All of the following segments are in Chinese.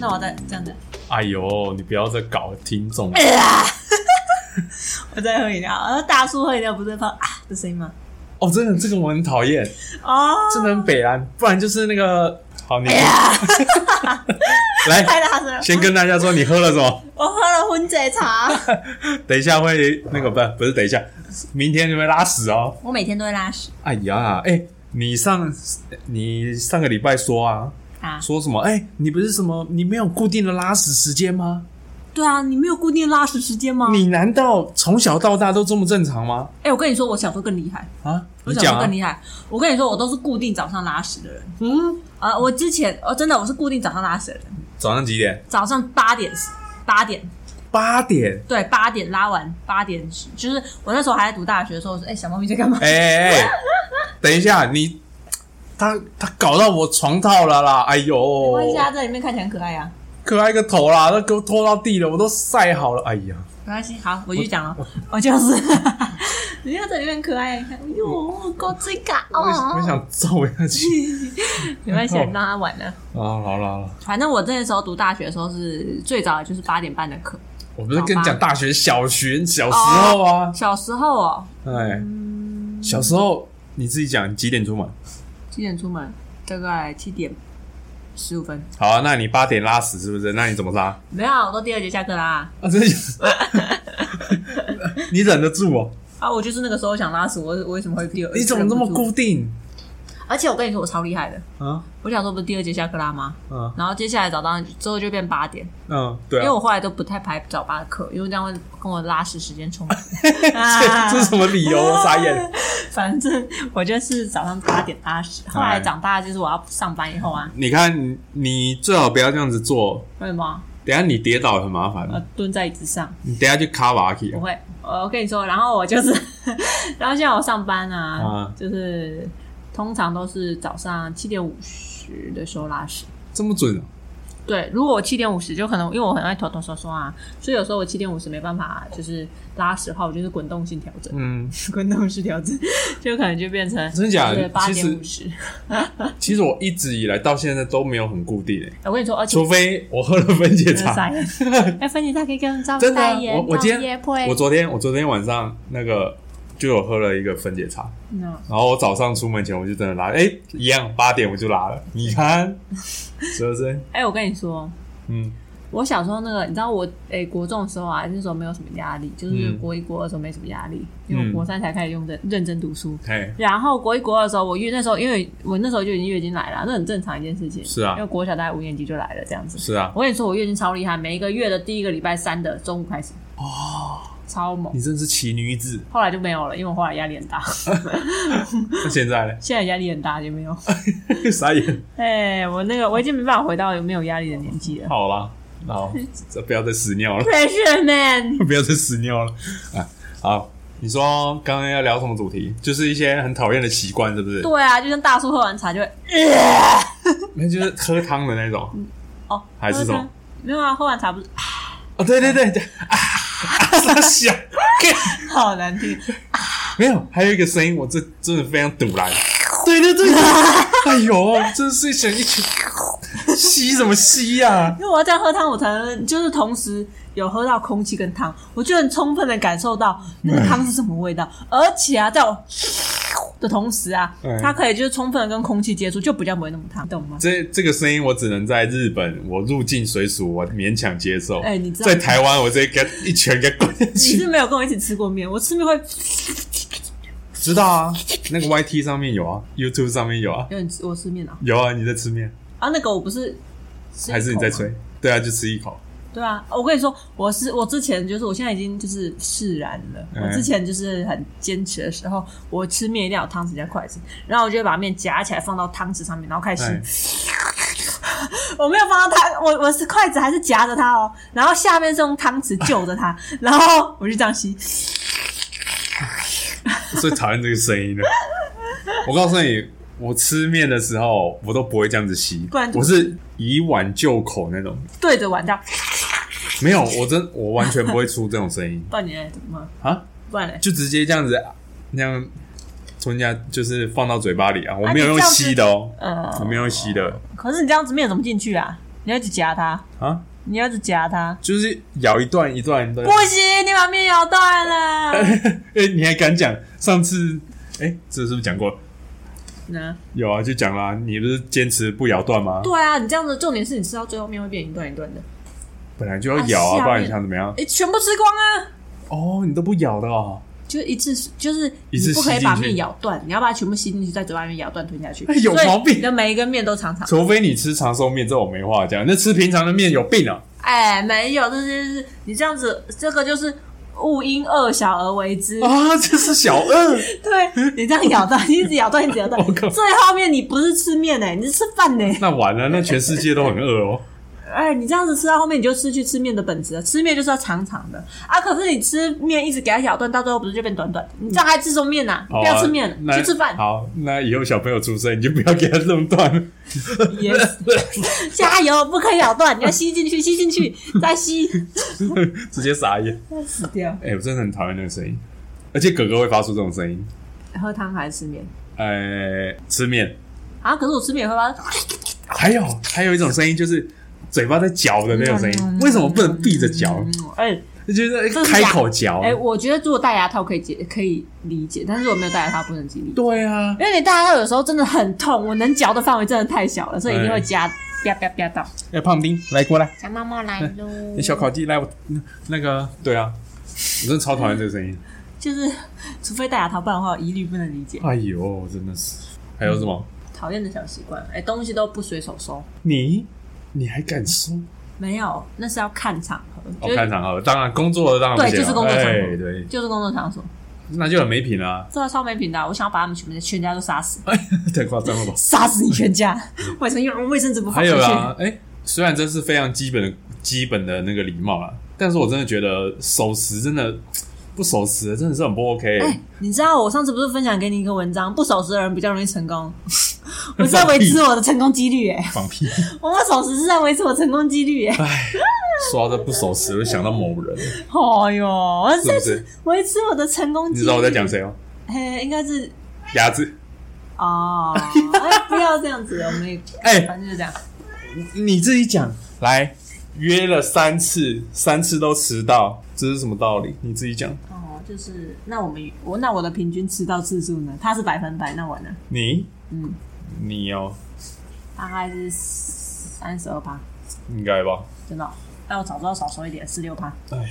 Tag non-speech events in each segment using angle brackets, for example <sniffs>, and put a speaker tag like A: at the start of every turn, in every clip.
A: 好的，真的。
B: 哎呦，你不要再搞听众，
A: 呃啊 <laughs> 我在喝饮料，呃，大叔喝饮料不是会放啊的声音吗？
B: 哦，真的，这个我很讨厌，
A: 哦，呃
B: 真的很北蓝，不然就是那个，
A: 哎
B: 好，你、来
A: 啊太大声了！
B: 先跟大家说你喝了什么，
A: 我喝了荤仔
B: <laughs>
A: 茶，
B: 等一下会那个不不是等一下，明天你会拉屎哦。
A: 我每天都会拉屎
B: 哎呀，哎、你上你上个礼拜说啊，
A: 啊。
B: 说什么？哎、你不是什么？你没有固定的拉屎时间吗？
A: 对啊，你没有固定拉屎时间吗？
B: 你难道从小到大都这么正常吗？
A: 哎、我跟你说，我小时候更厉害，
B: 啊，
A: 我
B: 你
A: 小时
B: 讲
A: 候
B: 啊
A: 更，厉害。我跟你说，我都是固定早上拉屎的人
B: 嗯，
A: 啊、我之前哦，真的我是固定早上拉屎的人，
B: 早上几点？
A: 早上八点八点
B: 八点。
A: 对八点拉完八点，就是我那时候还在读大学的时候，哎、小猫咪在干嘛？
B: <laughs> 哎哎哎，等一下，你他他搞到我床套了啦！哎呦
A: 没关系啊，，在里面看起来很可爱啊。
B: 可爱个头啦，都给我拖到地了，我都晒好了。哎呀，
A: 没关系，好，我继续讲了。我就是， <laughs> 你看这里面很可爱，哎看，哟，高追嘎
B: 我我
A: 哦，
B: 想揍下去。 <laughs>
A: 没关系，让他玩了。
B: 啊，好了好了，
A: 反正我那时候读大学的时候是最早的就是八点半的课，
B: 我不是跟你
A: 好吧
B: 讲大学小学小时候啊，
A: 小时候哦，
B: 哎，小时候你自己讲你几点出门？
A: 几点出门？大概七点十五分。
B: 好、啊，那你八点拉屎是不是？那你怎么
A: <laughs>
B: 拉？
A: 没有啊，我都第二节下课啦。
B: 啊，真的， <laughs> 你忍得住
A: <laughs>
B: 哦？
A: 啊，我就是那个时候想拉屎，我我为什么会第二？
B: 你怎么那么
A: 忍不住？
B: 固定？
A: 而且我跟你说，我超厉害的。
B: 啊，
A: 我想说，不是第二节下课啦吗？
B: 嗯
A: 然后接下来早上之后就变八点，
B: 嗯，对
A: 因为
B: 啊，
A: 我后来都不太排早八的课，因为这样会跟我拉屎时间
B: <laughs>
A: 冲突。啊
B: 这这是什么理由？
A: <laughs>
B: 啊我傻眼。
A: 反正我就是早上八点拉屎，后来长大就是我要上班以后啊，
B: 你看，你最好不要这样子做，
A: 为什么？
B: 等一下你跌倒很麻
A: 呃
B: 烦，，
A: 蹲在椅子上
B: 你等一下就卡瓦去
A: 不。会。呃我跟你说，然后我就是， <laughs> 然后现在我上班啊，
B: 啊
A: 就是通常都是早上七点五十的时候拉屎。
B: 这么准啊？
A: 对，如果我七点五十，就可能因为我很爱头头刷刷啊，所以有时候我七点五十没办法就是拉屎的话，我就是滚动性调整，
B: 嗯，
A: <laughs> 滚动式调整，就可能就变成
B: 真假的
A: 对八
B: 其
A: 点
B: 实
A: 五十。
B: 其实我一直以来到现在都没有很固定诶、欸
A: 我跟你说，哦而且
B: 除非我喝了分解
A: <laughs> 真的傻
B: 茶。
A: 眼。
B: <laughs>
A: 哎，芬姐，她可以跟招
B: 真的啊
A: 代言，
B: 我我今天
A: 招业配
B: 我昨天我昨天晚上那个就有喝了一个分解茶，
A: 嗯
B: 然后我早上出门前我就真的拉，哎、一样八点我就拉了。
A: <laughs>
B: 你看，是不是？
A: 哎、我跟你说，
B: 嗯，
A: 我小时候那个，你知道我哎、国中的时候啊，那时候没有什么压力，就是
B: 嗯
A: 国一国二的时候没什么压力，因为
B: 嗯
A: 我国三才开始用认认真读书。
B: 嘿，
A: 然后国一国二的时候，我月那时候因为我那时候就已经月经来了，啊那很正常一件事情。
B: 是啊
A: 因为国小大概五年级就来了这样子。
B: 是啊，
A: 我跟你说，我月经超厉害，每一个月的第一个礼拜三的中午开始，哦，超猛。
B: 你真是奇女子。
A: 后来就没有了，因为我后来压力很大， <laughs>
B: 那现在呢？
A: 现在压力很大就没有。 <laughs>
B: <laughs> 傻眼。
A: 哎、我那个我已经没办法回到有没有压力的年纪了。
B: 好啦，好，这不要再屎尿了，
A: Pressure Man，
B: <laughs> 不要再屎尿了啊！好，你说刚刚要聊什么主题？就是一些很讨厌的习惯，是不是？
A: 对啊，就像大叔喝完茶就会呃
B: 那就是喝汤的那种。
A: 哦，
B: <laughs> 还是什么？
A: 没有啊，喝完茶不是 <laughs>
B: 哦，对对对对，啊，傻笑。
A: 好难听，
B: 没有，还有一个声音，我这真的非常堵然。对对对，哎呦，真是想一起吸什么吸呀、
A: 因为我要这样喝汤，我才能就是同时有喝到空气跟汤，我就很充分的感受到那
B: 嗯
A: 个汤是什么味道，而且啊，在我 <laughs> 的同时啊
B: 嗯，
A: 它可以就是充分的跟空气接触，就比较不会那么烫，懂吗？
B: 这这个声音我只能在日本，我入境随俗，我勉强接受。
A: 哎你知道
B: 在台湾，我直接给他一拳给他滚下
A: 你
B: 去。
A: 是没有跟我一起吃过面，我吃面会 <sniffs>
B: 知道啊，那个 YT 上面有啊，YouTube 上面有啊，
A: 有点吃我吃面啊
B: 有啊，你在吃面，
A: 啊，那个我不是吃一口吗
B: 还是你在吹？对啊，就吃一口。
A: 对啊，我跟你说，我是我之前就是我现在已经就是释然了。
B: 嗯
A: 我之前就是很坚持的时候，我吃面一定要有汤匙加筷子，然后我就会把面夹起来放到汤匙上面，然后开始。
B: 哎，
A: <laughs> 我没有放到汤，我我是筷子还是夹着它哦，然后下面是用汤匙就着它， <laughs> 然后我就这样吸。
B: 我最讨厌这个声音了。 <laughs> 我告诉你，我吃面的时候，我都不会这样子吸
A: 不然，就
B: 我是以碗就口那种。
A: 对着碗这样，
B: 没有，我真我完全不会出这种
A: <laughs>
B: 声音
A: 不然你嘞怎么办？
B: 啊，
A: 不然嘞？
B: 就直接这样子那样吞下，就是放到嘴巴里啊，我
A: 啊
B: 没有
A: 你
B: 用
A: 这样子
B: 吸的哦，
A: 呃，
B: 我没有用吸的，
A: 可是你这样子面怎么进去啊？你要一直夹它，
B: 啊，
A: 你要一直夹它，
B: 就是咬一段一段的
A: 不。行，你把面咬断了。
B: <laughs> 哎，你还敢讲？上次哎，这是不是讲过？
A: 那
B: 有啊，就讲啦。你不是坚持不咬断吗？
A: 对啊，你这样子，重点是你吃到最后面会变一段一段的，
B: 本来就要咬
A: 啊
B: 啊，
A: 下
B: 不然
A: 面
B: 你想怎么样？
A: 诶，全部吃光啊！
B: 哦，你都不咬的哦。
A: 就一次，就是
B: 一次
A: 你不可
B: 吸
A: 以
B: 进
A: 把
B: 去
A: 面咬断，你要把它全部吸进去，在嘴巴里面咬断吞下去
B: 哎。有
A: 所以
B: 毛病
A: 你的每一根面都长长。
B: 除非你吃长寿面，这我没话讲。那吃平常的面有病啊！
A: 哎，没有，这些是你这样子，这个就是勿因恶小而为之。
B: 啊，这是小二，
A: 对你这样咬
B: <laughs>
A: 断，一直咬断，一直咬断
B: 我靠，
A: 最后面你不是吃面哎、你是吃饭呢、
B: 那完了，那全世界都很饿哦。
A: 哎，你这样子吃到后面，你就失去吃面的本质了。吃面就是要长长的啊，可是你吃面一直给它咬断，到最后不是就变短短的？你这样还吃什么面呐、你
B: 好
A: <laughs>
B: 啊
A: 不要吃面了，
B: 那
A: 去吃饭。
B: 好，那以后小朋友出生，你就不要给他弄断。 <laughs>
A: Yes，加油，不可以咬断，你要吸进去，吸进去，再吸，
B: 直接傻眼。
A: 死掉。
B: 哎、我真的很讨厌那个声音，而且哥哥会发出这种声音。
A: 喝汤还是吃面
B: 呃，吃面，
A: 啊？可是我吃面也会发，
B: 还有还有一种声音就是嘴巴在嚼的那种声音，为什么不能闭着嚼？
A: 嗯，哎、
B: 就是
A: 这是
B: 开
A: 嗯假
B: 口嚼。
A: 哎、我觉得如果戴牙套可以解可以理解，但是我没有戴牙套不能解理解，
B: 对啊，
A: 因为你戴牙套有时候真的很痛，我能嚼的范围真的太小了，所以一定会夹啪啪啪到。
B: 哎、胖丁，来过来，
A: 小猫猫来喽，
B: 小烤鸡来我那个， <laughs> 对啊，我真的超讨厌这个声音。
A: 就是 <laughs> 除非戴牙套，不然的话我一律不能理解。
B: 哎呦，真的是。还有什么？
A: 讨厌的小习惯，哎、东西都不随手收。
B: 你你还敢说？
A: 没有，那是要看场合，
B: 哦
A: 就，是、
B: 看场合，当然工作的当然不
A: 对
B: 行
A: 就是工作场合
B: 哎对，
A: 就是工作场所，
B: 那就很没品啦、
A: 这超没品的啊。我想要把他们全部全家都杀死，
B: 哎，太夸张
A: <laughs>
B: 了吧？
A: 杀死你全家，为什么用 <laughs> 卫生纸不放
B: 嗯还
A: 进
B: 有
A: 去？
B: 啦，哎、虽然这是非常基本的基本的那个礼貌啦，但是我真的觉得守时真的不守时真的是很不 OK、
A: 哎、你知道我上次不是分享给你一个文章，不守时的人比较容易成
B: <laughs>
A: 功。我是在维持我的成功几率、哎，
B: 放屁！
A: 我不守时是在维持我成功几
B: <laughs>
A: 率、哎，
B: 哎，说到这不守时，我就想到某人，
A: 哎呦，我是
B: 是不
A: 在
B: 是？
A: 维持我的成功
B: 你
A: 几率。
B: 知道我在
A: <laughs>
B: 讲？谁吗？
A: 嘿、应该是
B: 鸭子，
A: 哦，哎，不要这样子，我们也
B: 哎
A: 反正就这样。
B: 你自己讲来。约了三次，三次都迟到，这是什么道理？你自己讲。
A: 哦，就是那我们我那我的平均迟到次数呢？他是百分百，那我呢？
B: 你，
A: 嗯，
B: 你哦，
A: 大概是三十二趴，
B: 应该吧？
A: 真的哦、那我早知道少收一点，十六趴。
B: 哎呀，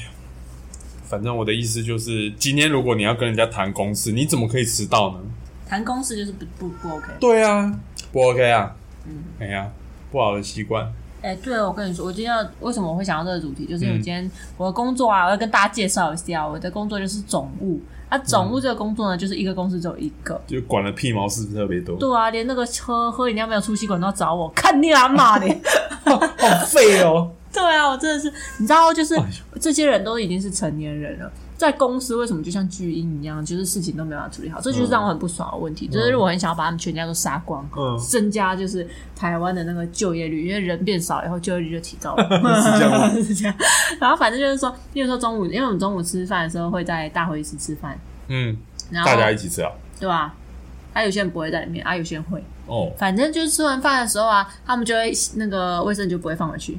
B: 反正我的意思就是，今天如果你要跟人家谈公事，你怎么可以迟到呢？
A: 谈公事就是不不不 OK。
B: 对啊，不 OK 啊，
A: 嗯，
B: 哎呀，不好的习惯。
A: 哎、对，我跟你说，我今天要为什么我会想到这个主题，就是因为
B: 嗯
A: 我今天我的工作啊，我要跟大家介绍一下，我的工作就是总务。那、
B: 嗯
A: 总务这个工作呢，就是一个公司只有一个。
B: 就管了屁毛事特别多，
A: 对啊，连那个喝喝饮料没有出吸管都要找我，看你阿妈的。
B: 好废哦！
A: <laughs> 对啊，我真的是，你知道，就是
B: 哎呦
A: 这些人都已经是成年人了，在公司为什么就像巨婴一样，就是事情都没办法处理好？这就是让我很不爽的问题，就是我很想要把他们全家都杀光，
B: 嗯
A: 增加就是台湾的那个就业率，因为人变少以后就业率就提高了，
B: <laughs> 是这样吗
A: <laughs> 是这样。然后反正就是说，例如说中午，因为我们中午吃饭的时候会在大会议室吃饭，
B: <laughs> 嗯，
A: 然后
B: 大家一起吃啊。
A: 对吧、啊，有些人不会在里面，啊，有些人会，
B: 哦，
A: 反正就是吃完饭的时候啊，他们就会那个卫生纸就不会放回去，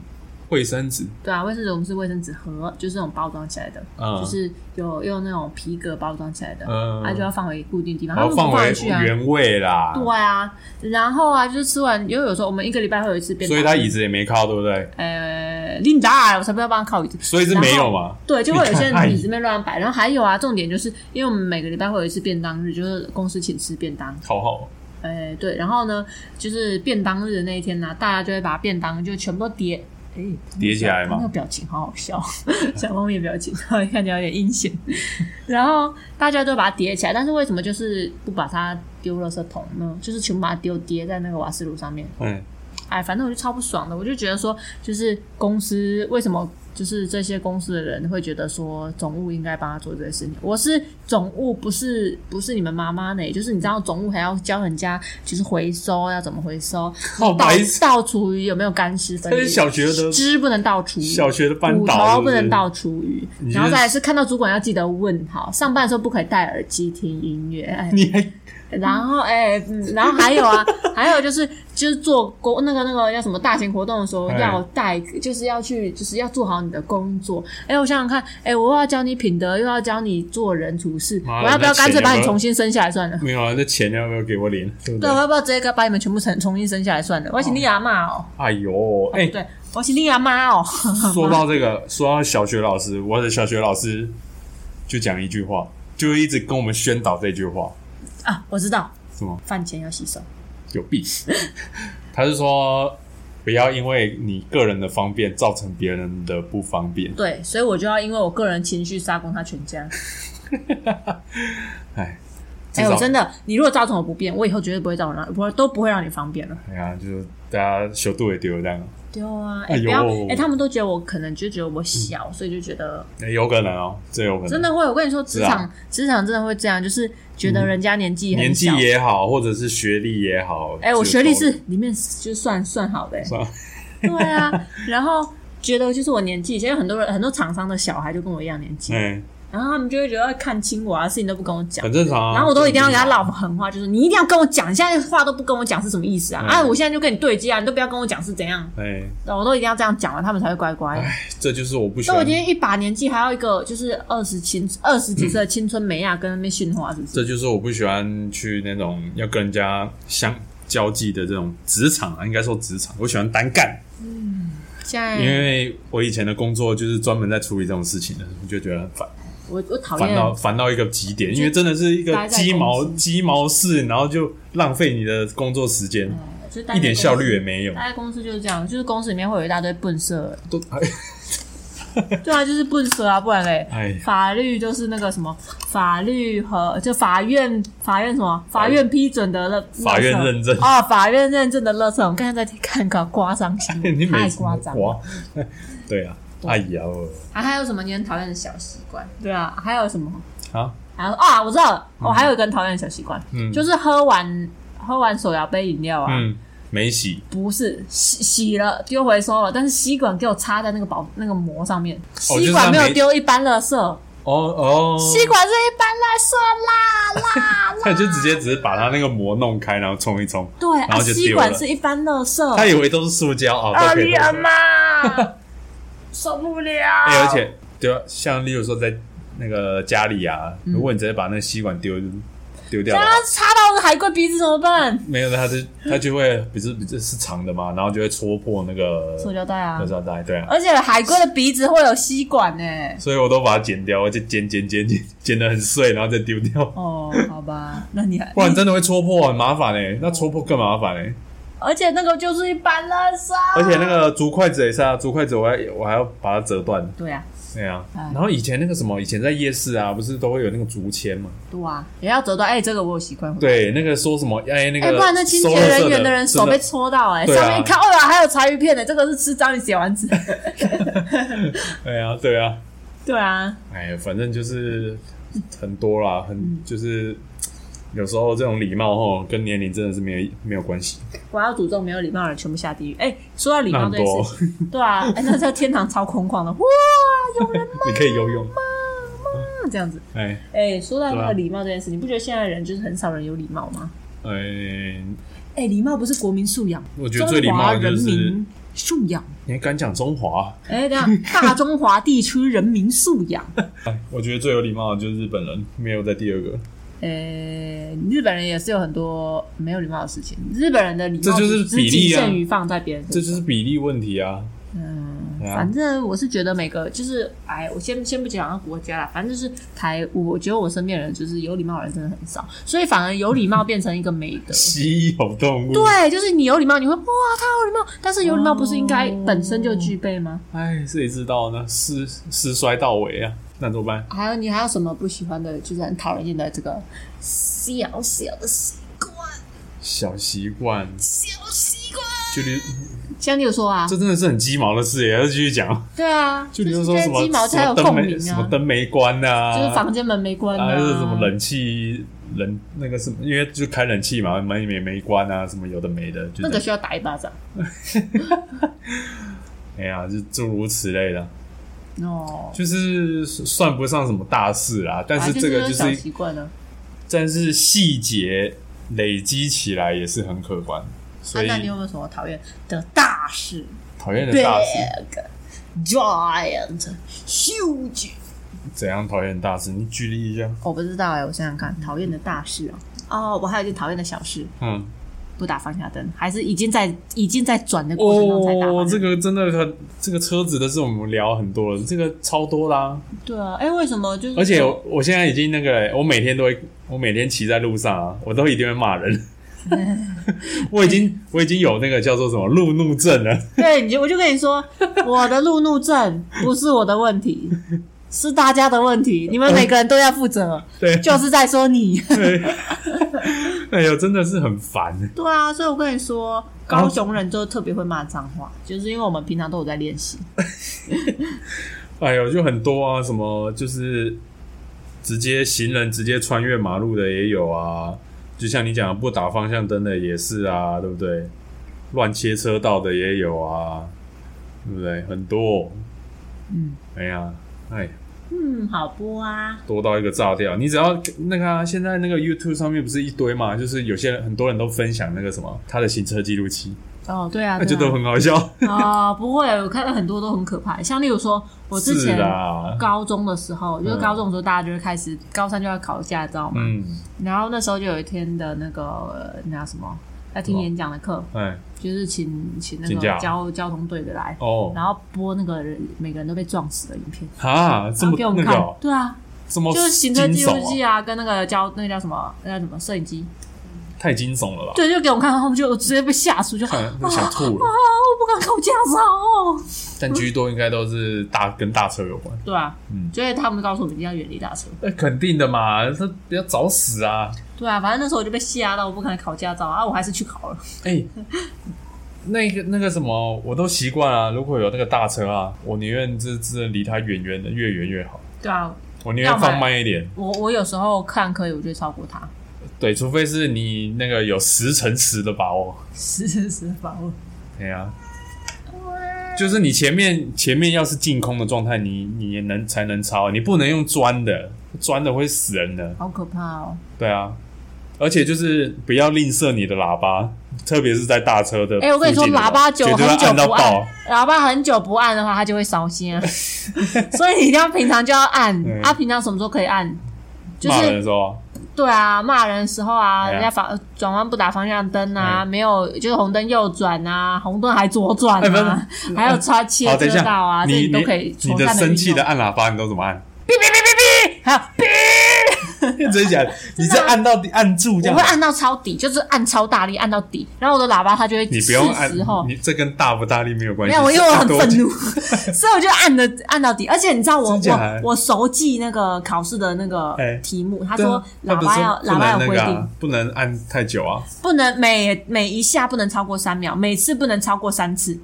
B: 卫生纸，
A: 对啊，卫生纸我们是卫生纸盒，就是那种包装起来的，
B: 嗯
A: 就是有用那种皮革包装起来的，
B: 嗯
A: 啊就要放回固定地方，
B: 然
A: 他们
B: 后放
A: 不
B: 回
A: 回去啊。
B: 原位啦。
A: 对啊，然后啊，就是吃完，因为有时候我们一个礼拜会有一次便当，
B: 所以他椅子也没靠，对不对？
A: 呃，琳达，我才不要帮他靠椅子，
B: 所以是没有嘛？
A: 对，就会有些
B: 你看哎
A: 人椅子面乱摆。然后还有啊，重点就是因为我们每个礼拜会有一次便当日，就是公司请吃便当，
B: 好好，
A: 哎，对，然后呢，就是便当日的那一天呢、大家就会把便当就全部都叠，哎，
B: 叠起来
A: 他
B: 嘛
A: 那个表情好好笑， <laughs> 小猫咪的表情， <laughs> 看起来有点阴险。 <laughs> 然后大家都把它叠起来，但是为什么就是不把它丢垃圾桶呢？就是全部把它丢叠在那个瓦斯炉上面。
B: 嗯，
A: 哎，反正我就超不爽的，我就觉得说，就是公司为什么就是这些公司的人会觉得说总务应该帮他做这些事情？我是总务，不是不是你们妈妈呢，就是你知道总务还要教人家就是回收要怎么回收，倒
B: 好哦白痴，
A: 倒厨余有没有干湿分
B: 他
A: 离
B: 是，小学的
A: 汁不能倒厨余。
B: 小学的班
A: 骨
B: 导，
A: 头
B: 是
A: 不
B: 是
A: 能倒厨余，
B: 你
A: 然后
B: 就是
A: 再来是看到主管要记得问好，上班的时候不可以戴耳机听音乐，哎，
B: <laughs> 你还 <laughs>
A: 然后哎、嗯然后还有啊，还有就是就是做工那个那个叫什么大型活动的时候
B: 哎
A: 要带，就是要去就是要做好你的工作。哎，我想想看，哎，我又要教你品德，又要教你做人处事，
B: 妈的
A: 我要不要
B: 那钱
A: 干脆把
B: 有
A: 你
B: 没有
A: 重新生下来算了？
B: 没有啊，那钱要不要给我领？对不
A: 对，啊
B: 对？
A: 我要不要直接把你们全部重重新生下来算了？我要请你阿妈哦，
B: 哎呦，哎、
A: 对，我要请你阿妈哦。
B: 说到这个，说到小学老师，我的小学老师就讲一句话，就一直跟我们宣导这句话，
A: 啊，我知道，
B: 什么
A: 饭前要洗手。
B: 有
A: <laughs>
B: 病？他是说不要因为你个人的方便造成别人的不方便。
A: 对，所以我就要因为我个人情绪杀光他全家。
B: 哎，
A: 哎、
B: 至
A: 我
B: 少
A: 真的，你如果造成我不便，我以后绝对不会造成他，不会都不会让你方便了。
B: 哎呀，就是大家小肚也丢这样，
A: 对啊，哎、
B: 哎呦
A: 不要，哎、他们都觉得我可能就觉得我小，所以就觉得
B: 哎有可能哦，这有可能。
A: 真的会。我跟你说，职
B: 是啊
A: 场、职场真的会这样，就是觉得人家年纪
B: 嗯年
A: 很
B: 纪
A: 小。
B: 也好，或者是学历也好，
A: 哎、我学历是里面就算算好的、哎
B: 算
A: 对
B: <laughs>
A: 啊，然后觉得就是我年纪，现在很多人很多厂商的小孩就跟我一样年纪，
B: 哎，
A: 然后他们就会觉得看清我啊，事情都不跟我讲。
B: 很正常啊。
A: 然后我都一定要给他
B: 很正常
A: 唠狠话，就是你一定要跟我讲，你现在话都不跟我讲是什么意思啊？
B: 嗯
A: 啊，我现在就跟你对接啊，你都不要跟我讲是怎样，啊
B: 哎，
A: 我都一定要这样讲了，他们才会乖乖。
B: 这就是我不喜
A: 所以我
B: 欢
A: 今，天一把年纪，还要一个就是二十青二十几岁的青春美亚跟那边训话，是不是？
B: 这就是我不喜欢去那种要跟人家相交际的这种职场啊，应该说职场，我喜欢单干，
A: 现
B: 因
A: 在
B: 为我以前的工作就是专门在处理这种事情的，我就觉得很烦，
A: 我我讨
B: 烦
A: 厌，
B: 到烦到一个极点，因为真的是一个
A: 待在公司
B: 鸡毛鸡毛事，然后就浪费你的工作时间，
A: 就待在
B: 一点
A: 公司
B: 效率也。没有，
A: 嗯待在公司就是这样，就是公司里面会有一大堆笨色，
B: 都
A: 对啊，就是笨色啊，不然嘞。
B: 哎呀。
A: 法律就是那个什么，法律和就法院法院什么法院批准的乐，
B: 法院认证
A: 啊、哦，法院认证的乐色。我们刚才在看搞夸张新闻，
B: <laughs> 你每
A: 太
B: 次
A: 夸张了
B: 哇， <laughs> 对啊，哎呀哦
A: 啊！还有什么你很讨厌的小习惯？对啊，还有什么？
B: 啊，
A: 还有啊，我知道了，我、还有一个很讨厌的小习惯，
B: 嗯
A: 就是喝完喝完手摇杯饮料啊，
B: 嗯，没洗，
A: 不是洗洗了丢回收了，但是吸管给我插在那个保那个膜上面，
B: 哦就是
A: 吸管没
B: 它
A: 有
B: 没
A: 丢一般垃圾，
B: 哦哦，
A: 吸管是一般垃圾啦啦啦，
B: 他就直接只是把他那个膜弄开，然后冲一冲，
A: 对
B: 然
A: 啊，
B: 后就
A: 吸
B: 丢了
A: 管是一般垃
B: 他
A: 圾，
B: 以为都是塑胶啊，
A: 哦啊，
B: 都可以
A: 你
B: 喝
A: 阿
B: <laughs>
A: 妈受不了，
B: 哎，而且对啊，像例如说在那个家里啊，
A: 嗯
B: 如果你直接把那个吸管丢丢掉
A: 让
B: 了，
A: 它插到我的海龟鼻子怎么办？
B: 没有，他就他就会不是不是是长的嘛，然后就会戳破那个
A: 塑胶袋啊
B: 塑，胶袋，对啊，
A: 而且海龟的鼻子会有吸管呢、
B: 所以我都把它剪掉，我就剪剪剪剪剪的很碎，然后再丢掉。
A: 哦，好吧，那你还
B: 不然真的会戳破，很麻烦哎、
A: 嗯
B: 那戳破更麻烦哎、
A: 而且那个就是一般垃圾，
B: 而且那个竹筷子也是啊，竹筷子我还我还要把它折断。
A: 对啊，
B: 对啊，
A: 哎
B: 然后以前那个什么，以前在夜市啊，不是都会有那个竹签嘛？
A: 对啊，也要折断。哎、这个我有习惯。
B: 对，那个说什么哎，那个
A: 哎、不然那清
B: 收
A: 洁
B: 垃圾
A: 人员的人手被
B: 真
A: 戳到、哎、
B: 对啊
A: 上面一看，哦呀，还有柴鱼片呢、这个是吃章鱼写丸子。
B: 的哎呀，对啊，
A: <laughs> 对
B: <laughs>
A: 啊，
B: 哎，反正就是很多啦，
A: 嗯
B: 很就是有时候这种礼貌吼，跟年龄真的是没有没有关系，
A: 我要诅咒没有礼貌的人全部下地狱。哎、说到礼
B: 那
A: 貌
B: 很
A: 这件
B: 多
A: 事，情， <laughs> 对啊，哎、那在天堂超空旷
B: <laughs>
A: 的，哇，有人
B: 你可以游泳，
A: 这样子。
B: 哎
A: 哎、说到那
B: 对
A: 个
B: 啊
A: 礼貌这件事，你不觉得现在的人就是很少人有礼貌吗？
B: 哎，
A: 哎、礼貌不是国民素养，
B: 我觉得最礼貌的
A: 中
B: 就
A: 华人
B: 是
A: 民素养。
B: 你还敢讲中华？
A: 哎、等一下，大中华地区人民素
B: <laughs>
A: 养。
B: 哎我觉得最有礼貌的就是日本人，没有在第二个。
A: 呃、日本人也是有很多没有礼貌的事情。日本人的礼貌
B: 这就是
A: 只
B: 比
A: 仅
B: 例啊
A: 限于放在别人
B: 这
A: 身上。
B: 就是比例问题啊。 <laughs>
A: 嗯，
B: 对啊
A: 反正我是觉得每个就是，哎，我先先不讲到国家啦，反正就是台，我觉得我身边人就是有礼貌的人真的很少，所以反而有礼貌变成一个美德。
B: 稀有动物，
A: 对，就是你有礼貌，你会哇，他有礼貌，但是有礼貌不是应该本身就具备吗？
B: 哎，谁知道呢？失失衰到尾啊，那怎么办？
A: 还有你还有什么不喜欢的，就是很讨人厌的这个小小的习惯，
B: 小习惯，
A: 小习惯。
B: 就例，
A: 像例如说啊，
B: 这真的是很鸡毛的事耶，要继
A: <laughs>
B: 续讲。
A: 对啊，
B: 就比
A: 是
B: 如说
A: 这
B: 什
A: 些
B: 么
A: 鸡毛
B: 什
A: 才有
B: 么灯
A: 共
B: 没
A: 鸣
B: 什么
A: 啊，
B: 灯没关呐，
A: 就是房间门没关
B: 啊，
A: 啊，
B: 就是什么冷气冷那个什么，因为就开冷气嘛，门也没关啊，什么有的没的，就
A: 那
B: 是
A: 个需要打一巴掌
B: 哎呀，就诸如此类的，
A: 哦。
B: 就是算不上什么大事啦，但
A: 啊
B: 是这个
A: 就
B: 就是
A: 小习惯了，
B: 但是细节累积起来也是很可观，所以
A: 啊那你有没有什么讨厌的大事
B: 讨厌的
A: ？Big
B: 大事
A: giant huge，
B: 怎样？讨厌的大事，你举例一下。
A: 我不知道哎、我想想看，讨厌的大事哦，哦，我还有一件讨厌的小事，
B: 嗯，
A: 不打方向灯，还是已经在已经在转的过程中才打
B: 哦
A: 方，
B: 这
A: 向灯。
B: 个真的很，这个车子的事我们聊很多了，这个超多啦、
A: 对啊，哎、为什么就是？
B: 而且我我现在已经那个了，我每天都会，我每天骑在路上啊，我都一定会骂
A: <laughs>
B: 人。我已经我已经有那个叫做什么路怒症了，
A: <laughs> 对，你就我就跟你说， <laughs> 我的路怒症不是我的问题， <laughs> 是大家的问题，你们每个人都要负
B: <laughs>
A: 责，
B: 对
A: 就是在说
B: <laughs>
A: 你。
B: 对，哎呦，真的是很烦。
A: 对啊，所以我跟你说，高雄人就特别会骂脏话，就是因为我们平常都有在练习。
B: 哎呦，就很多啊，什么就是直接行人直接穿越马路的也有啊，就像你讲的不打方向灯的也是啊，对不对？乱切车道的也有啊，对不对？很多，
A: 嗯
B: 哎呀，哎呀。
A: 嗯，好播啊，
B: 多到一个炸掉。你只要那个、啊、现在那个 YouTube 上面不是一堆嘛，就是有些人很多人都分享那个什么他的行车记录器，
A: 哦，对啊，
B: 那 <laughs> 就
A: 对
B: 都
A: 啊
B: 很好笑。
A: 啊、不会，我看到很多都很可怕，像例如说，我之
B: 是啊
A: 前
B: 啦，
A: 高中的时候，就是高中的时候，大家就会开始高三就要考驾照嘛，
B: 嗯，
A: 然后那时候就有一天的那个呃那叫什么，要听
B: 什么
A: 演讲的课，
B: 哎，
A: 就是请请那
B: 请
A: 个
B: 假
A: 交交通队的来，
B: 哦，
A: 然后播那个人每个人都被撞死的影片，
B: 哈，
A: 然
B: 这
A: 后
B: 么
A: 给我们
B: 那
A: 看，
B: 个哦
A: 对啊，
B: 这么
A: 就是行车记
B: 惊
A: 录
B: 悚
A: 器
B: 哦
A: 啊，跟那个交那个叫什么那叫什么摄影机，
B: 啊太惊悚了吧？
A: 对，就给我们看，然后我们就直接被吓出，就啊，
B: 看都想吐
A: 我 <laughs>
B: 了。
A: 不敢考驾照哦，
B: 但居多应该都是大跟大车有关，
A: 对啊，
B: 嗯
A: 所以他们告诉我们一定要远离大车。
B: 那肯定的嘛，他比较早死啊。
A: 对啊，反正那时候我就被吓到，我不敢考驾照啊，我还是去考了。
B: 哎、那个那个什么，我都习惯啊。如果有那个大车啊，我宁愿这这离它远远的，越远越好。
A: 对啊，
B: 我宁愿放慢一点，
A: 我我有时候看可以，我就会超过他，
B: 对，除非是你那个有十乘十的把握，
A: 是是是，把握。
B: 对呀、就是你前面前面要是净空的状态，你你也能才能超，啊你不能用钻的，钻的会死人的，
A: 好可怕哦！
B: 对啊，而且就是不要吝啬你的喇叭，特别是在大车的附近的话，
A: 哎、我跟你说，喇叭久
B: 绝对
A: 很
B: 会
A: 久
B: 按到
A: 不按
B: 爆，，
A: 喇叭很久不按的话，它就会烧心
B: <laughs>
A: 啊。所以你一定要平常就要按，
B: 嗯
A: 啊，平常什么时候可以按？就
B: 骂人的
A: 是
B: 时候，
A: 对啊，骂人的时候啊，
B: 哎呀
A: 人家反转弯不打方向灯啊，没有就是红灯右转啊，红灯还左转
B: 哎不
A: 啊，
B: 是
A: 还有超切
B: 好，等一
A: 车
B: 下
A: 道啊，这
B: 你
A: 你都
B: 你
A: 可以
B: 你
A: 从
B: 的
A: 善
B: 生气
A: 运
B: 的
A: 用
B: 按喇叭，你都怎
A: <laughs>
B: 么按？
A: 哔哔哔哔哔，还有哔，
B: 真的假的？你
A: 真的
B: 这
A: 啊
B: 按到底按住这
A: 我
B: 样
A: 会？按到超底，就是按超大力，按到底，然后我的喇叭它就会
B: 你不用按
A: 时候，，
B: 你这跟大不大力没有关
A: 没
B: 系。
A: 有，我因为我很
B: 多
A: 愤怒， <laughs> 所以我就按的按到底。而且你知道我
B: 真假的
A: 我我熟记那个考试的那个
B: 哎
A: 题目，他
B: 对
A: 说
B: 啊他
A: 喇
B: 不是
A: 叭要
B: 说
A: 喇叭有
B: 不能那
A: 规
B: 个啊
A: 定，
B: 不能按太久啊。
A: 不能每每一下不能超过三秒，每次不能超过三
B: <laughs>
A: 次，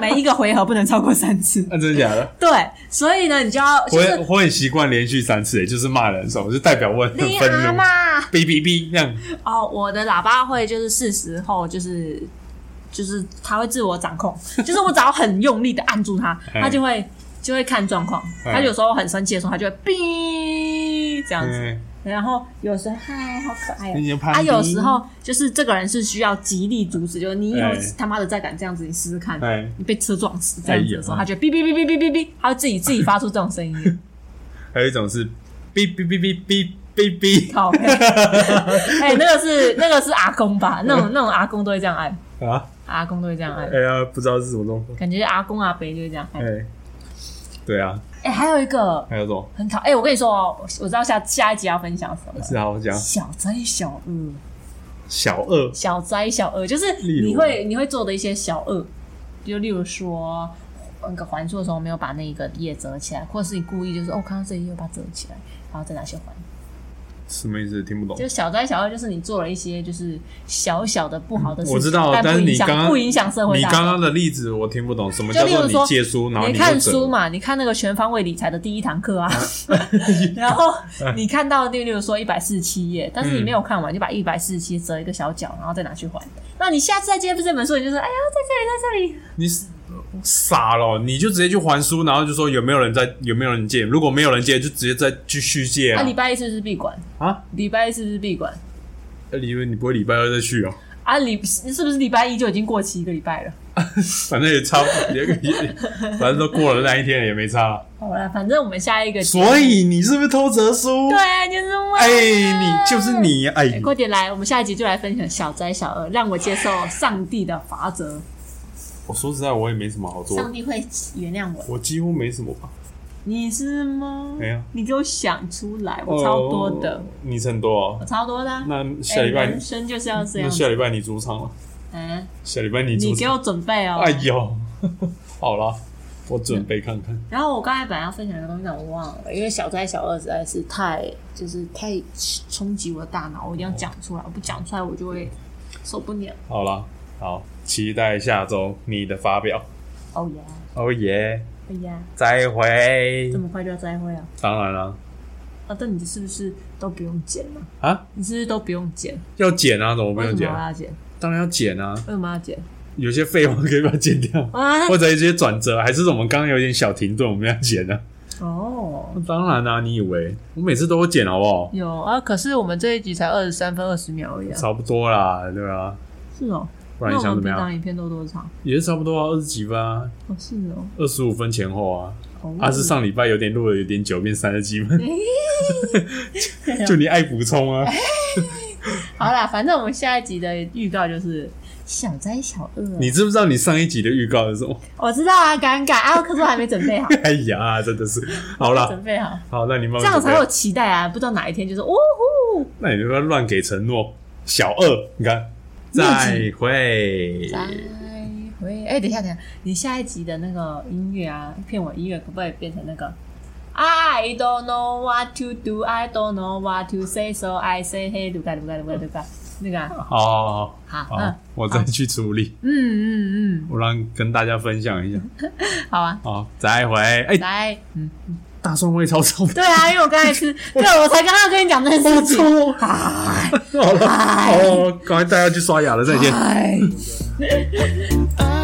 A: 每一个回合不能超过三次。
B: 那、真的假的？
A: 对，所以呢，你就要 <laughs> 就
B: 我
A: 是
B: 也我很习惯连续三次，也欸就是骂人的时候，就代表我很愤
A: 你阿
B: 怒，
A: 妈。
B: 哔哔哔这样。
A: 哦，我的喇叭会就是是时候就是就是它会自我掌
B: <laughs>
A: 控，就是我只要很用力的按住它，
B: 嗯
A: 它就会就会看状况。
B: 嗯
A: 它有时候很生气的时候，它就会哔这样子，
B: 嗯，
A: 然后有时候嗨，好可爱哦。
B: 你怕
A: 啊，有时候就是这个人是需要极力阻止，就是你以后
B: 嗯
A: 他妈的再敢这样子，你试试看，
B: 哎
A: 你被车撞死这样子的时候，
B: 哎
A: 他
B: 呀
A: 就哔哔哔哔哔哔哔，他会自己自己发出这种声音，
B: 还有一种是哔哔哔哔哔哔哔 <laughs>
A: 靠背！哎，那个是那个是阿公吧？那种那种阿公都会这样按。
B: 啊，
A: 阿公都会这样按
B: 哎，呀，不知道是什么状况。
A: 感觉阿公阿伯就会这样按。哎、
B: 哎，对啊，
A: 还有一个
B: 还有什么？
A: 很讨哎、我跟你说哦，我知道下下一集要分享什么了。
B: 是啊，我讲
A: 小灾小恶，
B: 小二，
A: 小灾小恶就是
B: 例如
A: 你会你会做的一些小恶，就例如说那个还书的时候没有把那个页折起来，或者是你故意就是哦看到这一页把它折起来，然后再拿去还。
B: 什么意思？听不懂
A: 就。是小灾小恶，就是你做了一些就是小小的不好的事情，
B: 我知道，
A: 但
B: 但
A: 不
B: 是
A: 影
B: 你
A: 响
B: 刚刚
A: 不影响社会
B: 你
A: 大
B: 刚
A: 众。
B: 刚的例子我听不懂，什么
A: 就
B: 叫
A: 例如
B: 做
A: 说
B: 你借书，然后
A: 你
B: 你
A: 看
B: 就整
A: 书嘛，你看那个全方位理财的第一堂课啊， <laughs> 然
B: <laughs>
A: 后
B: 哎
A: 你看到例如说一百四十七页，但
B: 嗯
A: 是你没有看完，就把一百四十七折一个小角，然后再拿去还。那你下次再接这本书，你就说，哎呀，在这里，在这里。
B: 你是傻了，你就直接去还书，然后就说有没有人在，有没有人借？如果没有人借，就直接再继续借
A: 啊，
B: 啊
A: 礼！拜一是不是闭馆？
B: 啊，
A: 礼拜一是不是闭馆？
B: 呃你以为你不会礼拜二再去哦？
A: 啊，礼是不是礼拜一就已经过期一个礼拜了？
B: 反正也差不也 <laughs> 也，反正都过了那一天了也没差。
A: 好了，反正我们下一个，
B: 所以你是不是偷折书？
A: 对，啊就是我，
B: 哎，你就是你，哎，
A: 哎快点来，我们下一集就来分享小灾小恶，让我接受上帝的罚责，
B: 我说实在，我也没什么好做，
A: 上
B: 的，
A: 帝会原谅我。
B: 我几乎没什么吧。
A: 你是吗？
B: 没有
A: 你给我想出来，我超多的，
B: 哦，你很多
A: 我
B: 哦。
A: 超多的啊、
B: 那下礼
A: 哎
B: 拜
A: 人，生就是要这
B: 那
A: 样。
B: 下礼拜你主场了，
A: 嗯，
B: 下礼拜你主
A: 你给
B: 场。
A: 我准备哦。
B: 哎呦， <laughs> 好啦，我准备看看。
A: 然后我刚才本来要分享一个东西，但我忘了，因为小灾小二实在是太就是太冲击我的大脑，我一定要讲出来，我不讲出来我就会受不了。
B: 好啦，好，期待下周你的发表。
A: 哦耶，
B: 哦耶，
A: 哎呀，
B: 再会
A: 这。么快就要再会啊？
B: 当然啦，
A: 啊，但你是不是都不用剪了、
B: 啊，
A: 你是不是都不用剪？
B: 要剪啊，怎么不
A: 为
B: 用
A: 什
B: 剪？
A: 么要剪？
B: 当然要剪啊，
A: 为什么要剪？
B: 有些废话可以把它剪掉，
A: 啊，
B: <laughs> 或者一些转折，还是我们刚刚有点小停顿，我们要剪啊。
A: 哦，
B: <laughs> 当然啦、啊你以为我每次都有剪好不好？
A: 有啊，可是我们这一集才二十三分二十秒而已、啊。
B: <laughs> 差不多啦，对吧、
A: 是哦，
B: 不然
A: 那
B: 你
A: 我
B: 想
A: 们
B: 怎么
A: 平
B: 样？
A: 常影片都多长？
B: 也是差不多啊，二十几分啊，
A: 哦，是哦，
B: 二十五分前后啊。
A: 哦
B: 啊，是上礼拜有点录的有点久，变三十几
A: <laughs>
B: 分。
A: 哎
B: 就你爱补充啊，
A: 好啦，反正我们下一集的预告就是小灾小恶。
B: 你知不知道你上一集的预告是什么？ <laughs>
A: 我知道啊，敢敢啊，可是我还没准备好，
B: 哎呀，真的是， <laughs> 好啦，
A: 准备好，
B: 好，那你慢慢
A: 这样
B: 准备
A: 才有期待啊！不知道哪一天就是哦呼，
B: 那你就不要乱给承诺。小二，你看，再会，
A: 再会。哎，等一下，等一下，你下一集的那个音乐啊，骗我音乐可不可以变成那个？I don't know what to do, I don't know what to say, so I say hey, do ga do ga do ga do ga，那个啊，
B: 好好
A: 好，
B: 好，
A: 嗯
B: 好，我再去处理，
A: 嗯嗯
B: 我让跟大家分享一下。
A: 嗯，好啊，
B: 好，再会，哎，
A: 来，嗯，
B: 大蒜味超重。 <laughs>
A: 对啊，因为我刚才是，对，啊我才刚刚跟你讲这件事情，
B: 好了，哦，赶快大家去刷牙了，再见。
A: 哎。
C: I